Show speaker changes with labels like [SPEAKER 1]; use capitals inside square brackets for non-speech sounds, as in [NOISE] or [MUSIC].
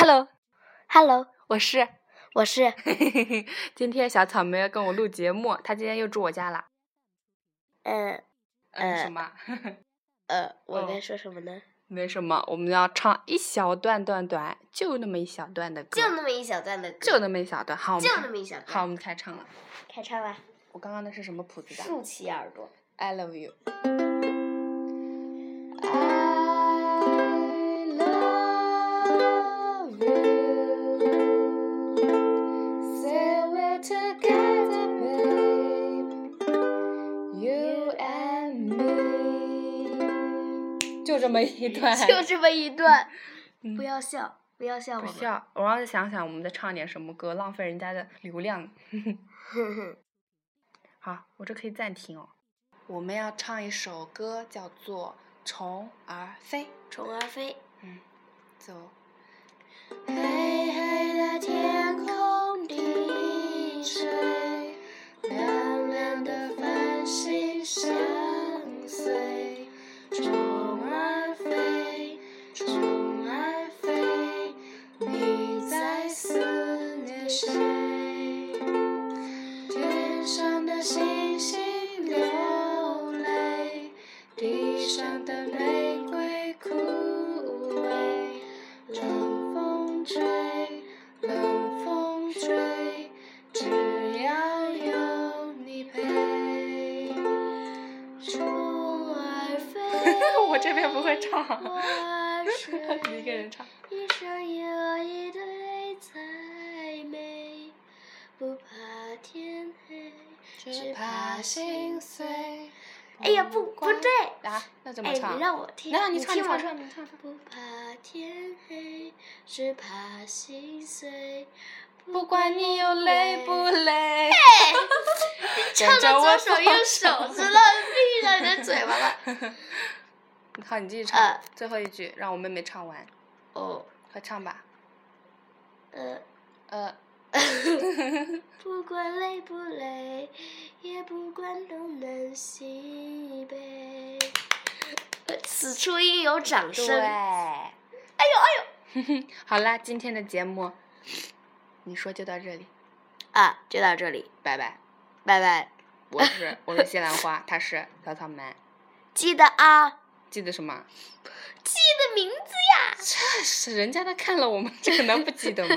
[SPEAKER 1] Hello，Hello，
[SPEAKER 2] 我是。
[SPEAKER 1] 我是
[SPEAKER 2] [LAUGHS] 今天小草莓要跟我录节目，她今天又住我家了。
[SPEAKER 1] 呃
[SPEAKER 2] 嗯，
[SPEAKER 1] 呃
[SPEAKER 2] 什么？
[SPEAKER 1] 呃，我
[SPEAKER 2] 哦
[SPEAKER 1] 该说什么呢？
[SPEAKER 2] 没什么，我们要唱一小段段短，就那么一小段的歌，
[SPEAKER 1] 嗯就那么一小段的歌，
[SPEAKER 2] 就那么一小段。好，我们
[SPEAKER 1] 就
[SPEAKER 2] 开
[SPEAKER 1] 那么一小段。
[SPEAKER 2] 好，我，们开唱了。
[SPEAKER 1] 开唱吧，
[SPEAKER 2] 我刚刚那是什么谱子的
[SPEAKER 1] 竖起耳 [LAUGHS] 朵。
[SPEAKER 2] ？I love you。
[SPEAKER 1] I love you. Say we're together, babe. You and me.
[SPEAKER 2] 就这么一段。
[SPEAKER 1] 就这么一 [LAUGHS] 段，
[SPEAKER 2] 嗯
[SPEAKER 1] 不要笑，不要笑我
[SPEAKER 2] 不
[SPEAKER 1] 们。
[SPEAKER 2] 需
[SPEAKER 1] [LAUGHS]
[SPEAKER 2] 要，我要是想想我们再唱点什么歌，浪费人家的流量。好，我这可以暂停哦。我们要唱一首歌，叫做《虫儿飞》。
[SPEAKER 1] 虫儿飞。
[SPEAKER 2] 嗯，走。，
[SPEAKER 1] 黑黑的天空低垂，亮亮的繁星相随。虫儿飞，虫儿飞，你在思念谁？天上的星星流泪，地上的玫瑰枯萎。冷风吹，冷风吹，只要有你陪。虫儿飞
[SPEAKER 2] [LAUGHS] 我这边不会唱
[SPEAKER 1] 花儿
[SPEAKER 2] [LAUGHS] 你一个
[SPEAKER 1] 睡，
[SPEAKER 2] 人唱。
[SPEAKER 1] 一生有一对才美，不怕天黑，只怕心碎。哎呀，不不对，
[SPEAKER 2] 啊，那怎么
[SPEAKER 1] 哎，
[SPEAKER 2] 唱
[SPEAKER 1] 你？让我听，
[SPEAKER 2] 那你唱，
[SPEAKER 1] 听
[SPEAKER 2] 唱，
[SPEAKER 1] 我
[SPEAKER 2] 唱，你唱，唱。
[SPEAKER 1] 不怕天黑，只怕心碎。
[SPEAKER 2] 不管你有累不累，
[SPEAKER 1] [LAUGHS] 唱
[SPEAKER 2] 跟着
[SPEAKER 1] 的
[SPEAKER 2] 我
[SPEAKER 1] 左手右手，知道闭上你的嘴巴
[SPEAKER 2] [LAUGHS]
[SPEAKER 1] 吧。
[SPEAKER 2] 好，你继续唱
[SPEAKER 1] 呃
[SPEAKER 2] 最后一句，让我妹妹唱完，
[SPEAKER 1] 哦，
[SPEAKER 2] 快唱吧。
[SPEAKER 1] 呃，
[SPEAKER 2] 呃， [LAUGHS]
[SPEAKER 1] 不管累不累，也不管东南西
[SPEAKER 2] [LAUGHS]
[SPEAKER 1] 北。此处应有掌声。
[SPEAKER 2] 对。
[SPEAKER 1] 哎
[SPEAKER 2] 哎呦哎呦！好啦，今天的节目，你说就到这里，
[SPEAKER 1] 啊，就到这里，
[SPEAKER 2] 拜拜。
[SPEAKER 1] 拜拜。
[SPEAKER 2] 我是我是西兰花，她是小草莓，
[SPEAKER 1] 记得啊，
[SPEAKER 2] 记得什么？ [LAUGHS]
[SPEAKER 1] 记得名字呀。
[SPEAKER 2] 这是人家都看了我们，这个能不记得吗？